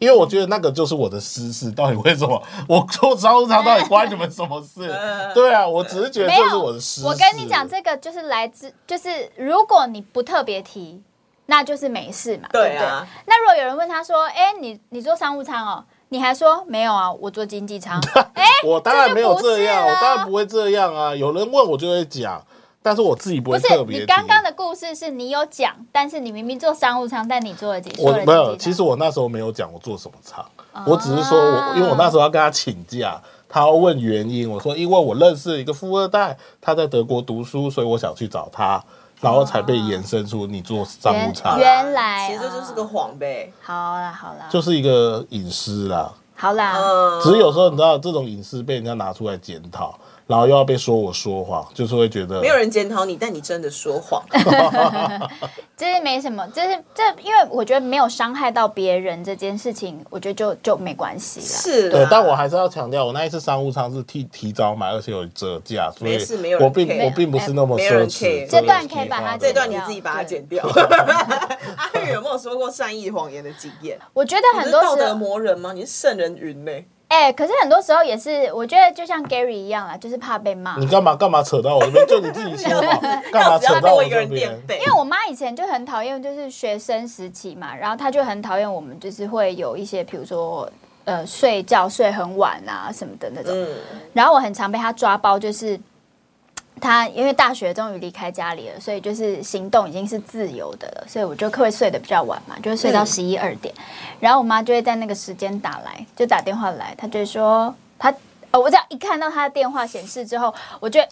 [SPEAKER 3] 因为我觉得那个就是我的私事。到底为什么 [LAUGHS] 我做商务舱到底关你们什么
[SPEAKER 4] [LAUGHS]
[SPEAKER 3] 事？对啊，我只是觉得
[SPEAKER 4] 呃没
[SPEAKER 3] 这是
[SPEAKER 4] 有，
[SPEAKER 3] 我的私事。
[SPEAKER 4] 我跟你讲，这个就是来自，就是如果你不特别提，那就是没事嘛，
[SPEAKER 1] 对
[SPEAKER 4] 不
[SPEAKER 1] 啊
[SPEAKER 4] 对？那如果有人问他说：“哎，你你坐商务舱哦？”你还说没有啊，我坐经济
[SPEAKER 3] [LAUGHS]
[SPEAKER 4] 舱。哎，
[SPEAKER 3] 我当然没有这样，
[SPEAKER 4] 这就不是
[SPEAKER 3] 我
[SPEAKER 4] 啦
[SPEAKER 3] 当然不会这样啊。有人问我就会讲，但是我自己不
[SPEAKER 4] 不
[SPEAKER 3] 会
[SPEAKER 4] 是
[SPEAKER 3] 特别提。
[SPEAKER 4] 你刚刚的故事是你有讲，但是你明明坐商务舱，但你坐了几？
[SPEAKER 3] 我
[SPEAKER 4] 坐了
[SPEAKER 3] 没有，
[SPEAKER 4] 经济舱
[SPEAKER 3] 其实我那时候没有讲我做什么场，
[SPEAKER 1] 啊
[SPEAKER 3] 我只是说我因为我那时候要跟他请假，他要问原因，我说因为我认识一个富二代，他在德国读书，所以我想去找他，然后才被延伸出你做商务舱，
[SPEAKER 4] 原来哦
[SPEAKER 1] 其实这就是个谎呗。
[SPEAKER 4] 好啦好啦，
[SPEAKER 3] 就是一个隐私啦。
[SPEAKER 4] 好啦。
[SPEAKER 1] 嗯，
[SPEAKER 3] 只是有时候你知道这种隐私被人家拿出来检讨，然后又要被说我说谎，就是会觉得
[SPEAKER 1] 没有人检讨你，但你真的说谎。
[SPEAKER 4] [LAUGHS] 这是没什么，这是这，因为我觉得没有伤害到别人这件事情，我觉得就就没关系了。
[SPEAKER 1] 是啦，啊
[SPEAKER 3] 对，但我还是要强调，我那一次商务舱是提提早买，而且有折价，所以
[SPEAKER 1] 没事没有人
[SPEAKER 3] 我并
[SPEAKER 1] care
[SPEAKER 3] 我并不是那么
[SPEAKER 1] 没有人
[SPEAKER 3] 奢侈。
[SPEAKER 1] care
[SPEAKER 4] 这段可以把它
[SPEAKER 1] 这
[SPEAKER 3] 对
[SPEAKER 1] 段
[SPEAKER 4] 剪
[SPEAKER 1] 你
[SPEAKER 4] 掉
[SPEAKER 1] 自己把它剪掉。 [LAUGHS] 阿宇有没有说过善意谎言的经验？
[SPEAKER 4] 我觉得
[SPEAKER 1] 你
[SPEAKER 4] 很
[SPEAKER 1] 是
[SPEAKER 4] 多
[SPEAKER 1] 道
[SPEAKER 4] 时
[SPEAKER 1] 德
[SPEAKER 4] 候，
[SPEAKER 1] 魔人吗？你是圣人云
[SPEAKER 3] [LAUGHS]
[SPEAKER 1] 呢？
[SPEAKER 4] 哎、可是很多时候也是，我觉得就像 Gary 一样啦，就是怕被骂。
[SPEAKER 3] 你干嘛干嘛扯到我这边？就你自己说
[SPEAKER 1] [LAUGHS]
[SPEAKER 3] 嘛，干嘛
[SPEAKER 1] 只要
[SPEAKER 3] 扯
[SPEAKER 1] 跟
[SPEAKER 3] 到
[SPEAKER 1] 啊我一个
[SPEAKER 3] 这
[SPEAKER 1] 人
[SPEAKER 3] 边
[SPEAKER 1] 垫？背
[SPEAKER 4] 因，为我妈以前就很讨厌，就是学生时期嘛，然后她就很讨厌我们，就是会有一些，比如说呃睡觉睡很晚啊什么的那种。
[SPEAKER 1] 嗯，
[SPEAKER 4] 然后我很常被她抓包，就是他因为大学终于离开家里了，所以就是行动已经是自由的了，所以我就会睡得比较晚嘛，就会睡到
[SPEAKER 1] 嗯
[SPEAKER 4] 十一二点。然后我妈就会在那个时间打来，就打电话来，她就会说她哦，我只要一看到她的电话显示之后，我就会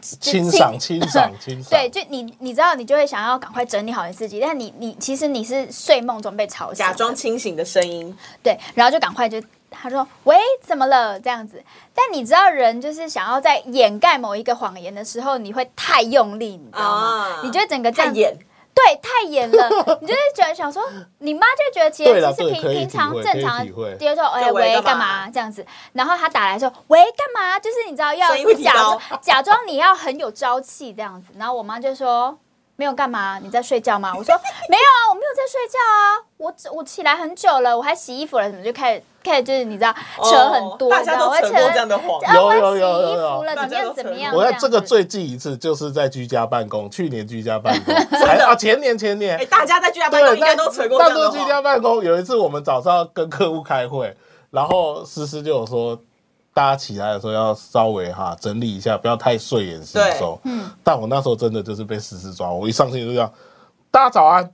[SPEAKER 4] 就
[SPEAKER 3] 清赏清
[SPEAKER 4] [LAUGHS]
[SPEAKER 3] 赏清赏，
[SPEAKER 4] 对，就你你知道，你就会想要赶快整理好你自己，但你你其实你是睡梦中被吵醒
[SPEAKER 1] 假
[SPEAKER 4] 的，
[SPEAKER 1] 装清醒的声音，
[SPEAKER 4] 对，然后就赶快就他说喂怎么了这样子，但你知道人就是想要在掩盖某一个谎言的时候，你会太用力，你知道吗？
[SPEAKER 1] 啊
[SPEAKER 4] 你就会整个这
[SPEAKER 1] 太
[SPEAKER 4] 样
[SPEAKER 1] 演，
[SPEAKER 4] 对太
[SPEAKER 3] [LAUGHS]
[SPEAKER 4] 演了，你就会觉得想说，你妈就觉得其实
[SPEAKER 3] 对啦
[SPEAKER 4] 这是
[SPEAKER 3] 对
[SPEAKER 4] 平
[SPEAKER 3] 可以
[SPEAKER 4] 平
[SPEAKER 3] 体
[SPEAKER 4] 常
[SPEAKER 3] 会可
[SPEAKER 4] 正
[SPEAKER 3] 以
[SPEAKER 4] 常
[SPEAKER 3] 体会，
[SPEAKER 4] 比如说哎
[SPEAKER 1] 就喂
[SPEAKER 4] 喂
[SPEAKER 1] 干
[SPEAKER 4] 干
[SPEAKER 1] 嘛
[SPEAKER 4] 嘛这样子，然后他打来说喂干嘛，就是你知道要
[SPEAKER 1] 声音会提
[SPEAKER 4] 假
[SPEAKER 1] 高
[SPEAKER 4] 装假装你要很有朝气这样子，然后我妈就说。没有干嘛？你在睡觉吗？我说没有啊，我没有在睡觉啊，我只我起来很久了，我还洗衣服了，怎么就开始开始就是你知道扯很多，
[SPEAKER 1] 哦大
[SPEAKER 4] 你知
[SPEAKER 1] 家
[SPEAKER 4] 道
[SPEAKER 1] 都
[SPEAKER 4] 我还
[SPEAKER 1] 扯
[SPEAKER 4] 扯
[SPEAKER 1] 过这样的谎，
[SPEAKER 4] 啊，我还
[SPEAKER 3] 有有有
[SPEAKER 4] 洗衣
[SPEAKER 3] 有有
[SPEAKER 4] 服了，
[SPEAKER 1] 大
[SPEAKER 4] 怎么
[SPEAKER 1] 家都
[SPEAKER 4] 样怎么
[SPEAKER 1] 扯
[SPEAKER 4] 样？
[SPEAKER 1] 过
[SPEAKER 3] 我
[SPEAKER 4] 这
[SPEAKER 3] 在
[SPEAKER 4] 样
[SPEAKER 3] 这个
[SPEAKER 4] 子
[SPEAKER 3] 最近一次就是在居家办公，去年居家办
[SPEAKER 1] [LAUGHS]
[SPEAKER 3] 公，还啊前年前年
[SPEAKER 1] 哎，，大家在居家办公
[SPEAKER 3] 对，
[SPEAKER 1] 应该都扯过这
[SPEAKER 3] 大
[SPEAKER 1] 样
[SPEAKER 3] 多
[SPEAKER 1] 的
[SPEAKER 3] 居家
[SPEAKER 1] 谎，
[SPEAKER 3] 办公，有一次我们早上跟客户开会，然后思思就有说，大家起来的时候要稍微哈整理一下，不要太睡眼惺忪。嗯，但我那时候真的就是被思思抓，我一上去就这样，大家早
[SPEAKER 1] [LAUGHS]
[SPEAKER 3] 安。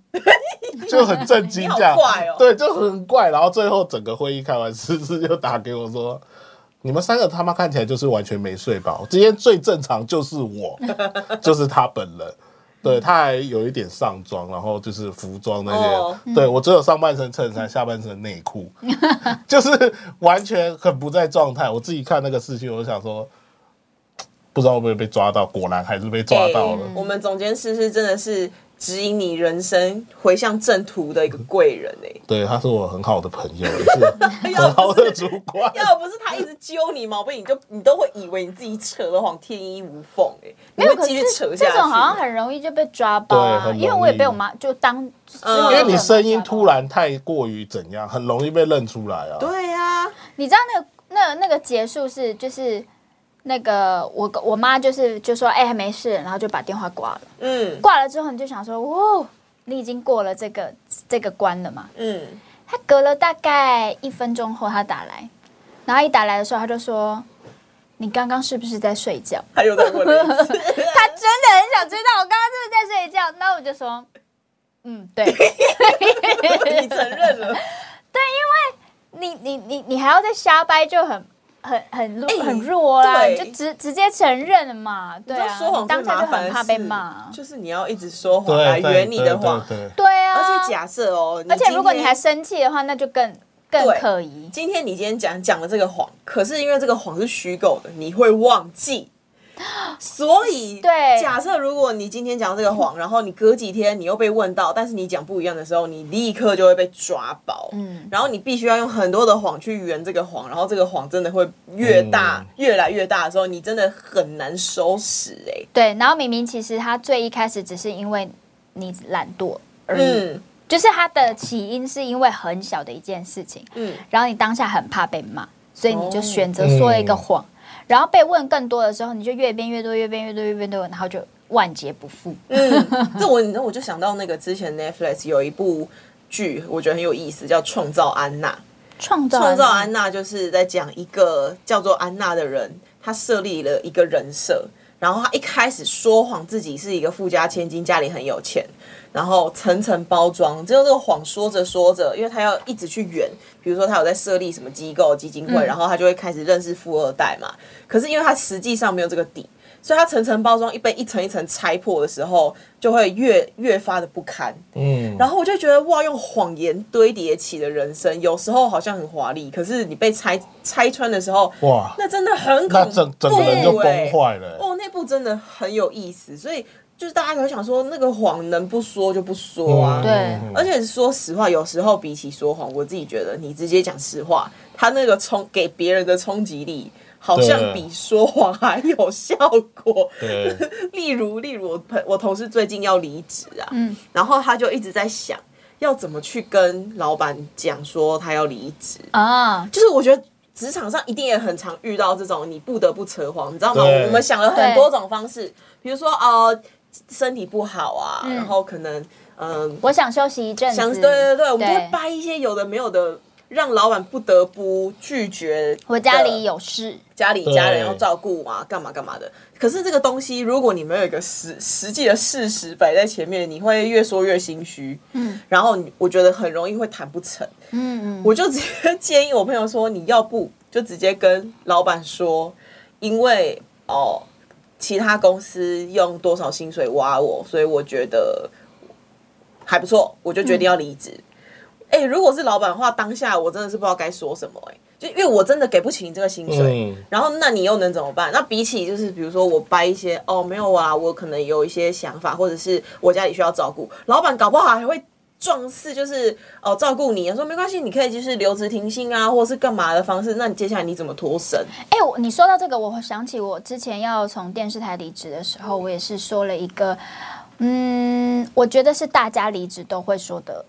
[SPEAKER 3] 就很震惊，这样
[SPEAKER 1] 你好怪哦
[SPEAKER 3] 对，就很怪。然后最后整个会议开完，思思就打给我说：“你们三个他妈看起来就是完全没睡饱，今天最正常就是我，
[SPEAKER 1] [LAUGHS]
[SPEAKER 3] 就是他本人。对，他还有一点上妆，然后就是服装那些，
[SPEAKER 1] 哦
[SPEAKER 3] 对我只有上半身衬衫，下半身内
[SPEAKER 1] [LAUGHS]
[SPEAKER 3] 裤，就是完全很不在状态。我自己看那个视讯，我就想说，不知道会不会被抓到，果然还是被抓到了。
[SPEAKER 4] 嗯
[SPEAKER 1] 哎我们总监思思真的是指引你人生回向正途的一个贵人哎。
[SPEAKER 3] 对，他是我很好的朋友，也
[SPEAKER 1] [LAUGHS]
[SPEAKER 3] 是
[SPEAKER 1] 要
[SPEAKER 3] 很 [LAUGHS] 好
[SPEAKER 1] 不是
[SPEAKER 3] 的主管。
[SPEAKER 1] [LAUGHS] 要不是他一直揪你毛病，你就你都会以为你自己扯的谎天衣无缝哎、你
[SPEAKER 4] 没有，
[SPEAKER 1] 会
[SPEAKER 4] 可
[SPEAKER 1] 继续
[SPEAKER 4] 是
[SPEAKER 1] 扯下
[SPEAKER 4] 这
[SPEAKER 1] 去。
[SPEAKER 4] 种好像很容易就被抓包
[SPEAKER 3] 对
[SPEAKER 4] 啊，
[SPEAKER 3] 很容易
[SPEAKER 4] 因为我也被我妈就当，
[SPEAKER 1] 嗯
[SPEAKER 4] 因
[SPEAKER 3] 因为你声音突，然太过于怎样，很容易被认出来啊。
[SPEAKER 1] 对呀、
[SPEAKER 4] 你知道那个那那个结束是就是那个我我妈就是就说哎、没事，然后就把电话挂了，
[SPEAKER 1] 嗯
[SPEAKER 4] 挂了之后你就想说哦，你已经过了这个这个关了嘛，
[SPEAKER 1] 嗯，
[SPEAKER 4] 他隔了大概一分钟后他打来，然后一打来的时候他就说你刚刚是不是在睡觉？
[SPEAKER 1] 他又再问了一次， [LAUGHS]
[SPEAKER 4] 他真的很想知道我刚刚是不是在睡觉，那我就说，嗯，对，
[SPEAKER 1] [LAUGHS] 你承认了。
[SPEAKER 4] 你你你你还要再瞎掰，就很很很弱、
[SPEAKER 1] 哎
[SPEAKER 4] 很弱啦，
[SPEAKER 1] 对
[SPEAKER 4] 你就直直接承认了嘛， [LAUGHS] 对
[SPEAKER 1] 你知道
[SPEAKER 4] 啊，
[SPEAKER 1] 说谎最
[SPEAKER 4] 当下
[SPEAKER 1] 麻
[SPEAKER 4] 就
[SPEAKER 1] 烦的
[SPEAKER 4] 很
[SPEAKER 1] 是
[SPEAKER 4] 怕被骂，
[SPEAKER 1] 就是你要一直说谎来
[SPEAKER 3] 对，对
[SPEAKER 1] 圆你的谎。
[SPEAKER 3] 对对对
[SPEAKER 4] 对啊，
[SPEAKER 1] 而且假设哦，
[SPEAKER 4] 而且如果你还
[SPEAKER 1] 是
[SPEAKER 4] 生气的话，那就更更
[SPEAKER 1] 对
[SPEAKER 4] 可疑。
[SPEAKER 1] 今天你今天讲讲了这个谎，可是因为这个谎是虚构的，你会忘记。所以，
[SPEAKER 4] [GASPS] 对
[SPEAKER 1] 假设如果你今天讲这个谎，然后你隔几天你又被问到，但是你讲不一样的时候，你立刻就会被抓包。嗯
[SPEAKER 4] 嗯，
[SPEAKER 1] 然后你必须要用很多的谎去圆这个谎，然后这个谎真的会越大、越来越大的时候，你真的很难收拾哎、
[SPEAKER 4] 对，然后明明其实他最一开始只是因为你懒惰而已，
[SPEAKER 1] 嗯
[SPEAKER 4] 就是他的起因是因为很小的一件事情，
[SPEAKER 1] 嗯，
[SPEAKER 4] 然后你当下很怕被骂，所以你就
[SPEAKER 1] 哦
[SPEAKER 4] 选择说了一个谎，然后被问更多的时候，你就越编越多，越编越多，越编越多，然后就万劫不复。
[SPEAKER 1] 嗯，这我你知道，我就想到那个之前 Netflix 有一部剧，我觉得很有意思，叫《创造安娜》。
[SPEAKER 4] 创造
[SPEAKER 1] 创造安娜就是在讲一个叫做安娜的人，她设立了一个人设，然后她一开始说谎自己是一个富家千金，家里很有钱，然后层层包装，只有这个谎说着说着，因为她要一直去圆，比如说她有在设立什么机构基金会，然后她就会开始认识富二代嘛，可是因为她实际上没有这个底。所以她层层包装，一被一层一层拆破的时候，就会越越发的不堪。
[SPEAKER 3] 嗯，
[SPEAKER 1] 然后我就觉得哇，用谎言堆叠起的人生，有时候好像很华丽，可是你被拆拆穿的时候，
[SPEAKER 3] 哇，
[SPEAKER 1] 那真的很
[SPEAKER 3] 那
[SPEAKER 1] 恐
[SPEAKER 3] 整
[SPEAKER 1] 怖、
[SPEAKER 3] 整个人就崩
[SPEAKER 1] 欸。
[SPEAKER 3] 坏了欸。
[SPEAKER 1] 哦，那部真的很有意思，所以就是大家可能想说，那个谎能不说就不说啊。
[SPEAKER 3] 嗯
[SPEAKER 4] 对
[SPEAKER 1] 而且说实话，有时候比起说谎，我自己觉得你直接讲实话，他那个冲给别人的冲击力，好像
[SPEAKER 3] 对
[SPEAKER 1] 比说谎还有效果。
[SPEAKER 3] 对，
[SPEAKER 1] 例如，例如我朋我同事最近要离职啊，
[SPEAKER 4] 嗯
[SPEAKER 1] 然后他就一直在想要怎么去跟老板讲说他要离职，
[SPEAKER 4] 啊，
[SPEAKER 1] 就是我觉得。职场上一定也很常遇到这种你不得不扯谎，你知道吗？
[SPEAKER 3] 对
[SPEAKER 1] 我们想了很多种方式，比如说呃身体不好啊，然后可能嗯、
[SPEAKER 4] 我想休息一阵
[SPEAKER 1] 想
[SPEAKER 4] 子。
[SPEAKER 1] 对对对，我们都会掰一些有的没有的，让老板不得不拒绝。
[SPEAKER 4] 我家里有事，
[SPEAKER 1] 家里
[SPEAKER 3] 对
[SPEAKER 1] 家人要照顾啊，干嘛干嘛的。可是这个东西，如果你没有一个实实际的事实摆在前面，你会越说越心虚，嗯，然后你我觉得很容易会谈不成，
[SPEAKER 4] 嗯嗯，
[SPEAKER 1] 我就直接建议我朋友说，你要不就直接跟老板说，因为哦，其他公司用多少薪水挖我，所以我觉得还不错，我就决定要离职。哎、如果是老板的话，当下我真的是不知道该说什么、哎，就因为我真的给不起你这个薪水，
[SPEAKER 3] 嗯
[SPEAKER 1] 然后那你又能怎么办？那比起就是比如说我掰一些哦没有啊，我可能有一些想法，或者是我家里需要照顾，老板搞不好还会壮士就是哦照顾你，说没关系，你可以就是留职停薪啊，或是干嘛的方式。那你接下来你怎么脱身？
[SPEAKER 4] 哎、我你说到这个，我想起我之前要从电视台离职的时候，我也是说了一个，嗯，我觉得是大家离职都会说的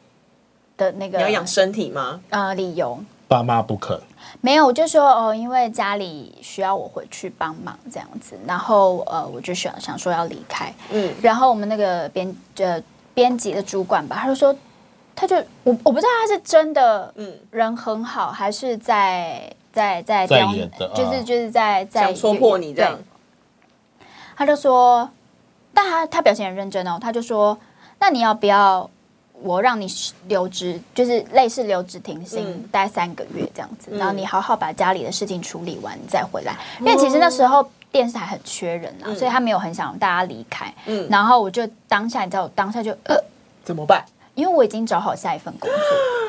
[SPEAKER 4] 的那个
[SPEAKER 1] 你要养身体吗？
[SPEAKER 4] 呃理由。
[SPEAKER 3] 爸妈不肯，
[SPEAKER 4] 没有，我就说哦，因为家里需要我回去帮忙这样子，然后呃，我就想想说要离开，
[SPEAKER 1] 嗯，
[SPEAKER 4] 然后我们那个编呃编辑的主管吧，他就说，他就我我不知道他是真的
[SPEAKER 1] 嗯
[SPEAKER 4] 人很好，还是在在
[SPEAKER 3] 在
[SPEAKER 4] 在刁
[SPEAKER 3] 演的啊
[SPEAKER 4] 就是就是在在
[SPEAKER 1] 想戳破你这样
[SPEAKER 4] 对，他就说，但他他表现很认真哦，他就说，那你要不要我让你留职，就是类似留职停薪
[SPEAKER 1] 嗯，
[SPEAKER 4] 待三个月这样子，然
[SPEAKER 1] 嗯哦
[SPEAKER 4] 后你好好把家里的事情处理完，你再回来。因为其实那时候电视台很缺人啊，所以他没有很想大家离开。
[SPEAKER 1] 嗯
[SPEAKER 4] 然后我就当下，你知道，我当下就呃，
[SPEAKER 1] 怎么办？
[SPEAKER 4] 因为我已经找好下一份工作，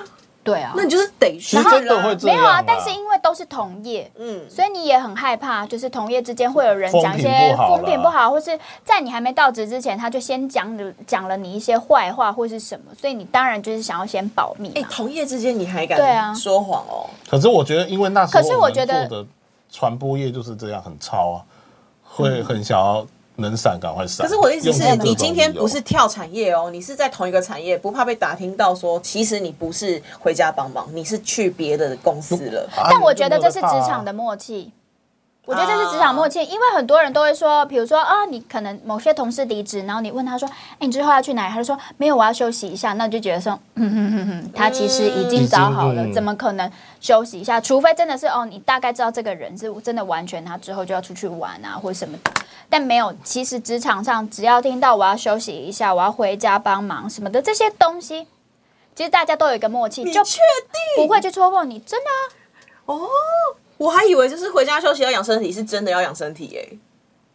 [SPEAKER 1] [GASPS]
[SPEAKER 4] 对啊
[SPEAKER 1] 那，你就是得去
[SPEAKER 3] 其实
[SPEAKER 1] 啊，
[SPEAKER 3] 真的会这
[SPEAKER 4] 没
[SPEAKER 3] 样、
[SPEAKER 4] 有啊，但是因为都是同业，
[SPEAKER 1] 嗯，
[SPEAKER 4] 所以你也很害怕，就是同业之间会有人讲一些
[SPEAKER 3] 风评不好啦
[SPEAKER 4] 风评不好，或是在你还没到职之前，他就先讲你讲了你一些坏话或是什么，所以你当然就是想要先保密
[SPEAKER 1] 哎、
[SPEAKER 4] 嘛。
[SPEAKER 1] 同业之间你还
[SPEAKER 4] 对啊
[SPEAKER 1] 敢说谎哦？
[SPEAKER 3] 可是我觉得，因为那时
[SPEAKER 4] 可
[SPEAKER 3] 候
[SPEAKER 4] 是我
[SPEAKER 3] 我们
[SPEAKER 4] 觉得
[SPEAKER 3] 做的传播业就是这样，很超啊，
[SPEAKER 4] 嗯
[SPEAKER 3] 会很想要能闪赶快闪。
[SPEAKER 1] 可是我的意思
[SPEAKER 3] 啊用
[SPEAKER 1] 是
[SPEAKER 3] 这种
[SPEAKER 1] 你今天不是
[SPEAKER 3] 理
[SPEAKER 1] 跳产业哦，你是在同一个产业，不怕被打听到说，其实你不是回家帮忙，你是去别的公司了。
[SPEAKER 3] 由，啊
[SPEAKER 4] 但我觉得这是职
[SPEAKER 3] 啊
[SPEAKER 4] 场的，默契。我觉得这是职场默契，因为很多人都会说，比如说啊，你可能某些同事离职，然后你问他说，哎，你之后要去哪里？他就说没有，我要休息一下。那你就觉得说，嗯哼哼哼，他其实已经找好了，
[SPEAKER 3] 嗯
[SPEAKER 4] 怎么可能休息一下？除非真的是哦，你大概知道这个人是真的完全，他之后就要出去玩啊，或者什么的。但没有，其实职场上只要听到我要休息一下，我要回家帮忙什么的这些东西，其实大家都有一个默契，
[SPEAKER 1] 你
[SPEAKER 4] 就
[SPEAKER 1] 确
[SPEAKER 4] 不会去戳破你，真的啊。
[SPEAKER 1] 我还以为就是回家休息要养身体，是真的要养身体哎、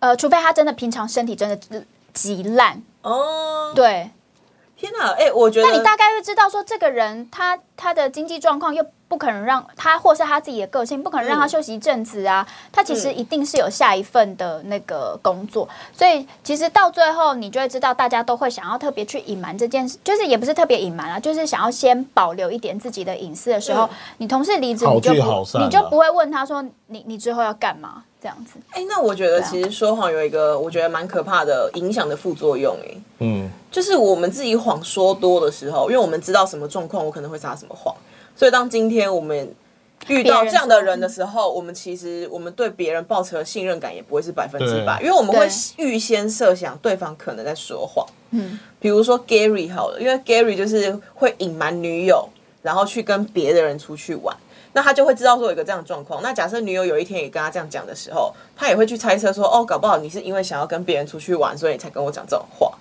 [SPEAKER 4] 呃，除非他真的平常身体真的呃极烂，
[SPEAKER 1] 哦，
[SPEAKER 4] 对，
[SPEAKER 1] 天哪，哎、我
[SPEAKER 3] 呃
[SPEAKER 1] 觉得
[SPEAKER 4] 那你大概会知道说这个人他他的经济状况又不可能让他或是他自己的个性不可能让他
[SPEAKER 1] 嗯
[SPEAKER 4] 休息一阵子啊，
[SPEAKER 3] 嗯
[SPEAKER 4] 他其实一定是有下一份的那个工作，所以其实到最后你就会知道大家都会想要特别去隐瞒这件事，就是也不是特别隐瞒啊，就是想要先保留一点自己的隐私的时候，
[SPEAKER 1] 嗯
[SPEAKER 4] 你同事离职
[SPEAKER 3] 好
[SPEAKER 4] 你就
[SPEAKER 3] 聚好
[SPEAKER 4] 不
[SPEAKER 3] 散啊
[SPEAKER 4] 你就不会问他说你你之后要干嘛这样子，
[SPEAKER 1] 哎、那我觉得
[SPEAKER 4] 对啊
[SPEAKER 1] 其实说谎有一个我觉得蛮可怕的影响的副作用哎、
[SPEAKER 3] 嗯，
[SPEAKER 1] 就是我们自己谎说多的时候，因为我们知道什么状况，我可能会撒什么谎，所以当今天我们遇到这样的人的时候，我们其实我们对别人抱持的信任感也不会是百分之百，因为
[SPEAKER 3] 对
[SPEAKER 1] 我们会
[SPEAKER 4] 对
[SPEAKER 1] 预先设想对方可能在说谎。
[SPEAKER 4] 嗯，
[SPEAKER 1] 比如说 Gary 好了，因为 Gary 就是会隐瞒女友，然后去跟别的人出去玩。那他就会知道说有一个这样的状况。那假设女友有一天也跟他这样讲的时候，他也会去猜测说，哦，搞不好你是因为想要跟别人出去玩，所以你才跟我讲这种话。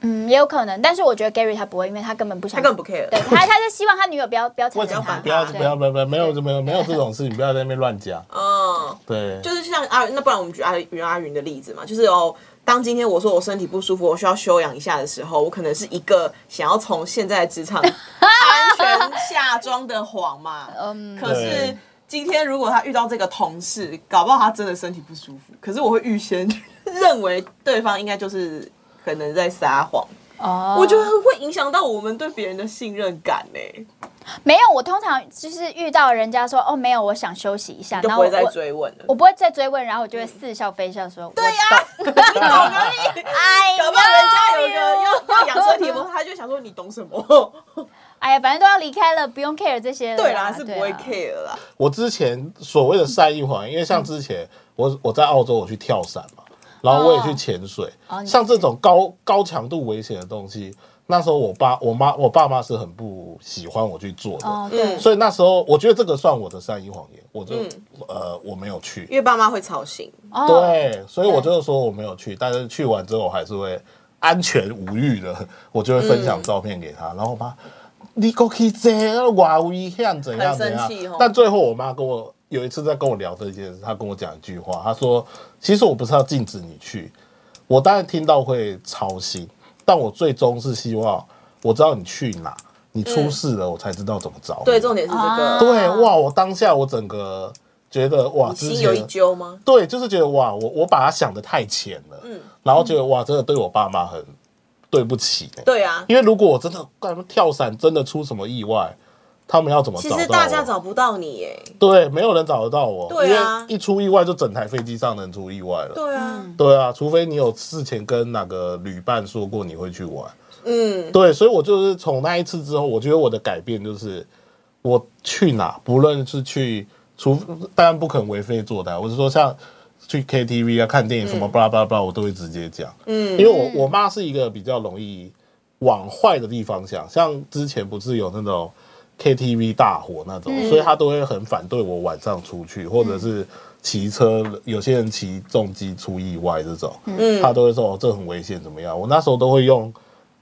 [SPEAKER 4] 嗯，也有可能，但是我觉得 Gary 他不会，因为他根本不想，
[SPEAKER 1] 他根本不 care
[SPEAKER 4] 对 [LAUGHS] 他，他是希望他女友不要不要
[SPEAKER 3] 为
[SPEAKER 4] 缠
[SPEAKER 3] 什
[SPEAKER 4] 着
[SPEAKER 3] 么
[SPEAKER 4] 他，
[SPEAKER 3] 不要
[SPEAKER 4] 对
[SPEAKER 3] 不要不要不要没有没有没有这种事情，不要在那边乱讲。
[SPEAKER 1] 嗯，
[SPEAKER 3] 对，
[SPEAKER 1] 就是像阿那不然我们举阿云阿云的例子嘛，就是哦，当今天我说我身体不舒服，我需要休养一下的时候，我可能是一个想要从现在的职
[SPEAKER 4] [LAUGHS]
[SPEAKER 1] 场安全下装的谎嘛。
[SPEAKER 4] 嗯
[SPEAKER 1] 可是
[SPEAKER 3] 对
[SPEAKER 1] 今天如果他遇到这个同事，搞不好他真的身体不舒服，可是我会预先认为对方应该就是可能在撒谎，
[SPEAKER 4] 哦，
[SPEAKER 1] 我觉得会影响到我们对别人的信任感欸呢、
[SPEAKER 4] 没有，我通常就是遇到人家说哦没有，我想休息一下，
[SPEAKER 1] 就
[SPEAKER 4] 然
[SPEAKER 1] 不
[SPEAKER 4] 后我
[SPEAKER 1] 会再追问了
[SPEAKER 4] 哦我。不会再追问，然后我就会似笑非笑说对呀，
[SPEAKER 1] 你懂啊
[SPEAKER 4] [LAUGHS]
[SPEAKER 1] 你
[SPEAKER 4] 哎，
[SPEAKER 1] 搞不好人家有一个要要养身体嘛，他就想说你懂什么？ [LAUGHS]
[SPEAKER 4] 哎呀，反正都要离开了，不用 care 这些了，
[SPEAKER 1] 对啦，是不
[SPEAKER 4] 对
[SPEAKER 1] 会
[SPEAKER 4] 啊
[SPEAKER 1] care 啦。
[SPEAKER 3] 我之前所谓的善意谎言，因为像之
[SPEAKER 4] 嗯
[SPEAKER 3] 前我我在澳洲我去跳伞嘛，然后我也去潜水
[SPEAKER 4] 哦，你
[SPEAKER 3] 像这种高高强度危险的东西，那时候我爸、我妈、我爸妈是很不喜欢我去做的，
[SPEAKER 4] 哦，对，
[SPEAKER 3] 所以那时候我觉得这个算我的善意谎言，我就、
[SPEAKER 1] 嗯
[SPEAKER 3] 呃我没有去
[SPEAKER 1] 因，为爸妈会操心。
[SPEAKER 4] 哦，
[SPEAKER 3] 对，所以我就是说我没有去，但是去完之后我还是会安全无虞的， [LAUGHS] 我就会分享照片给他，然后我妈，你过去这哇危险怎样怎样
[SPEAKER 1] 很生气哦，
[SPEAKER 3] 但最后我妈跟我有一次在跟我聊这件事，她跟我讲一句话，她说其实我不是要禁止你去，我当然听到会操心，但我最终是希望我知道你去哪，你出事了我才知道怎么找你。
[SPEAKER 1] 对，重点是这
[SPEAKER 4] 啊
[SPEAKER 1] 个。
[SPEAKER 3] 对哇，我当下我整个觉得哇，
[SPEAKER 1] 你
[SPEAKER 3] 之
[SPEAKER 1] 心
[SPEAKER 3] 前
[SPEAKER 1] 有一揪吗？
[SPEAKER 3] 对，就是觉得哇，我我把他想的太浅了，嗯，然后觉得哇，真的对我爸妈很对不起、欸，
[SPEAKER 1] 对啊，
[SPEAKER 3] 因为如果我真的干嘛跳伞，真的出什么意外，他们要怎么
[SPEAKER 1] 其
[SPEAKER 3] 找到我？
[SPEAKER 1] 实大家找不到你耶。
[SPEAKER 3] 对，没有人找得到我，
[SPEAKER 1] 对啊
[SPEAKER 3] 因为一出意外就整台飞机上的人出意外了，
[SPEAKER 1] 对啊，
[SPEAKER 3] 对啊，除非你有事前跟哪个旅伴说过你会去玩，
[SPEAKER 1] 嗯，
[SPEAKER 3] 对，所以我就是从那一次之后，我觉得我的改变就是，我去哪，不论是去，除当然不肯为非作歹，我是说像去 KTV 啊、看电影什么，巴拉巴拉巴拉，我都会直接讲。嗯，因为我我妈是一个比较容易往坏的地方想，像之前不是有那种 KTV 大火那种，所以她都会很反对我晚上出去，或者是骑车，有些人骑重机出意外这种，嗯，她都会说哦这很危险怎么样？我那时候都会用。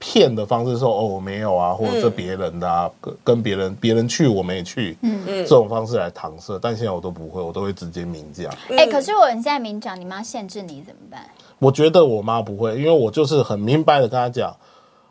[SPEAKER 3] 骗的方式说哦我没有啊，或者这别人的啊，跟跟别人别人去我没去，嗯嗯，这种方式来搪塞，但现在我都不会，我都会直接明讲。
[SPEAKER 4] 哎，可是我你现在明讲，你妈限制你怎么办？
[SPEAKER 3] 我觉得我妈不会，因为我就是很明白的跟她讲，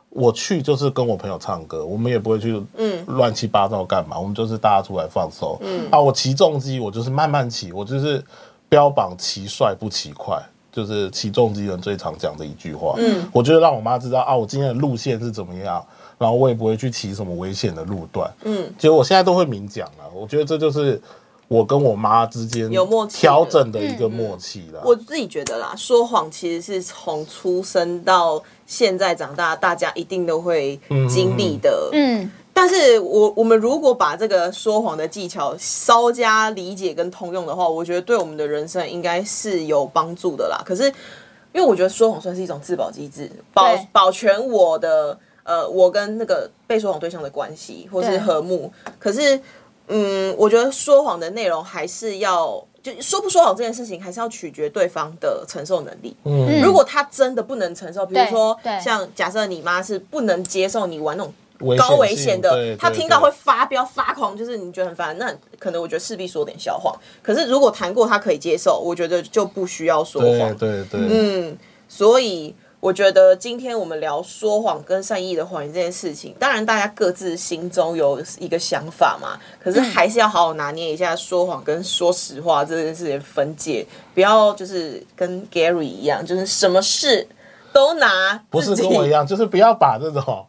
[SPEAKER 3] 我去就是跟我朋友唱歌，我们也不会去嗯乱七八糟干嘛，我们就是大家出来放松。嗯啊，我骑重机，我就是慢慢骑，我就是标榜骑帅不骑快。就是骑重机人最常讲的一句话，嗯，我觉得让我妈知道啊，我今天的路线是怎么样，然后我也不会去骑什么危险的路段，嗯，结果我现在都会明讲了，我觉得这就是我跟我妈之间
[SPEAKER 1] 有默契
[SPEAKER 3] 调整的嗯一个默契了。
[SPEAKER 1] 我自己觉得啦，说谎其实是从出生到现在长大，大家一定都会
[SPEAKER 3] 嗯
[SPEAKER 1] 经历的。
[SPEAKER 4] 嗯，
[SPEAKER 1] 但是我我们如果把这个说谎的技巧稍加理解跟通用的话，我觉得对我们的人生应该是有帮助的啦。可是，因为我觉得说谎算是一种自保机制，保
[SPEAKER 4] 对
[SPEAKER 1] 保全我的呃，我跟那个被说谎对象的关系或
[SPEAKER 4] 对
[SPEAKER 1] 是和睦。可是，嗯，我觉得说谎的内容还是要。就说不说谎这件事情，还是要取决对方的承受能力。嗯，如果他真的不能承受，比如
[SPEAKER 4] 对
[SPEAKER 1] 说
[SPEAKER 4] 对
[SPEAKER 1] 像假设你妈是不能接受你玩那种
[SPEAKER 3] 危
[SPEAKER 1] 高
[SPEAKER 3] 性
[SPEAKER 1] 危险的
[SPEAKER 3] 对，
[SPEAKER 1] 他
[SPEAKER 3] 对
[SPEAKER 1] 听到会
[SPEAKER 3] 对
[SPEAKER 1] 发飙发狂，就是你觉得很烦，那可能我觉得势必说点小谎。可是如果谈过他可以接受，我觉得就不需要说
[SPEAKER 3] 对
[SPEAKER 1] 谎。
[SPEAKER 3] 对对，
[SPEAKER 1] 嗯，所以我觉得今天我们聊说谎跟善意的谎言这件事情，当然大家各自心中有一个想法嘛，可是还是要好好拿捏一下说谎跟说实话这件事情的分界，不要就是跟 Gary 一样，就是什么事都拿
[SPEAKER 3] 不是
[SPEAKER 1] 自己
[SPEAKER 3] 跟我
[SPEAKER 1] [LAUGHS]
[SPEAKER 3] 一样，就是不要把这种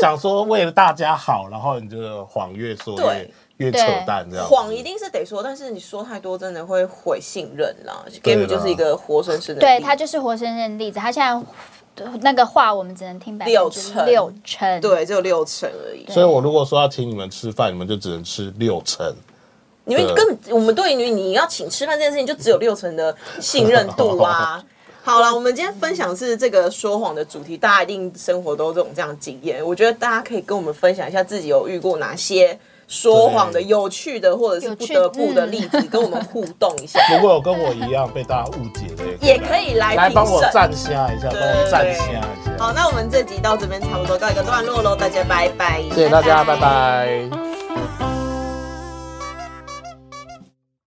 [SPEAKER 3] 想说为了大家好，然后你就谎越说
[SPEAKER 1] 对
[SPEAKER 3] 越越扯淡这样子。
[SPEAKER 1] 谎一定是得说，但是你说太多真的会毁信任啦。
[SPEAKER 3] 对
[SPEAKER 1] Gary
[SPEAKER 3] 啦
[SPEAKER 1] 就是一个活生生的例
[SPEAKER 4] 对
[SPEAKER 1] 子
[SPEAKER 4] 他就是活生生的例子，他现在那个话我们只能听百
[SPEAKER 1] 六
[SPEAKER 4] 分之
[SPEAKER 1] 成
[SPEAKER 4] 六成，，
[SPEAKER 1] 对，只有六成而已。
[SPEAKER 3] 所以我如果说要请你们吃饭，你们就只能吃六成。
[SPEAKER 1] 你们根本我们对于你要请吃饭这件事情，就只有六成的信任度
[SPEAKER 3] [LAUGHS]
[SPEAKER 1] 啊。好了，我们今天分享是这个说谎的主题，大家一定生活都有这种这样的经验。我觉得大家可以跟我们分享一下自己有遇过哪些说谎的
[SPEAKER 3] 对
[SPEAKER 1] 有趣的或者是
[SPEAKER 4] 有
[SPEAKER 1] 不
[SPEAKER 4] 趣
[SPEAKER 1] 得不的
[SPEAKER 4] 嗯
[SPEAKER 1] 例子，跟我们互动一
[SPEAKER 3] [LAUGHS]
[SPEAKER 1] 下，
[SPEAKER 3] 如果有跟我一样被大家误解的，
[SPEAKER 1] 也可以来
[SPEAKER 3] 来
[SPEAKER 1] 评
[SPEAKER 3] 帮我
[SPEAKER 1] 审。
[SPEAKER 3] 站瞎一下，帮我站瞎一
[SPEAKER 1] 好，
[SPEAKER 3] 下。
[SPEAKER 1] 那我们这集到这边差不多告一个段落喽，大家拜拜。
[SPEAKER 3] 谢谢大家，拜拜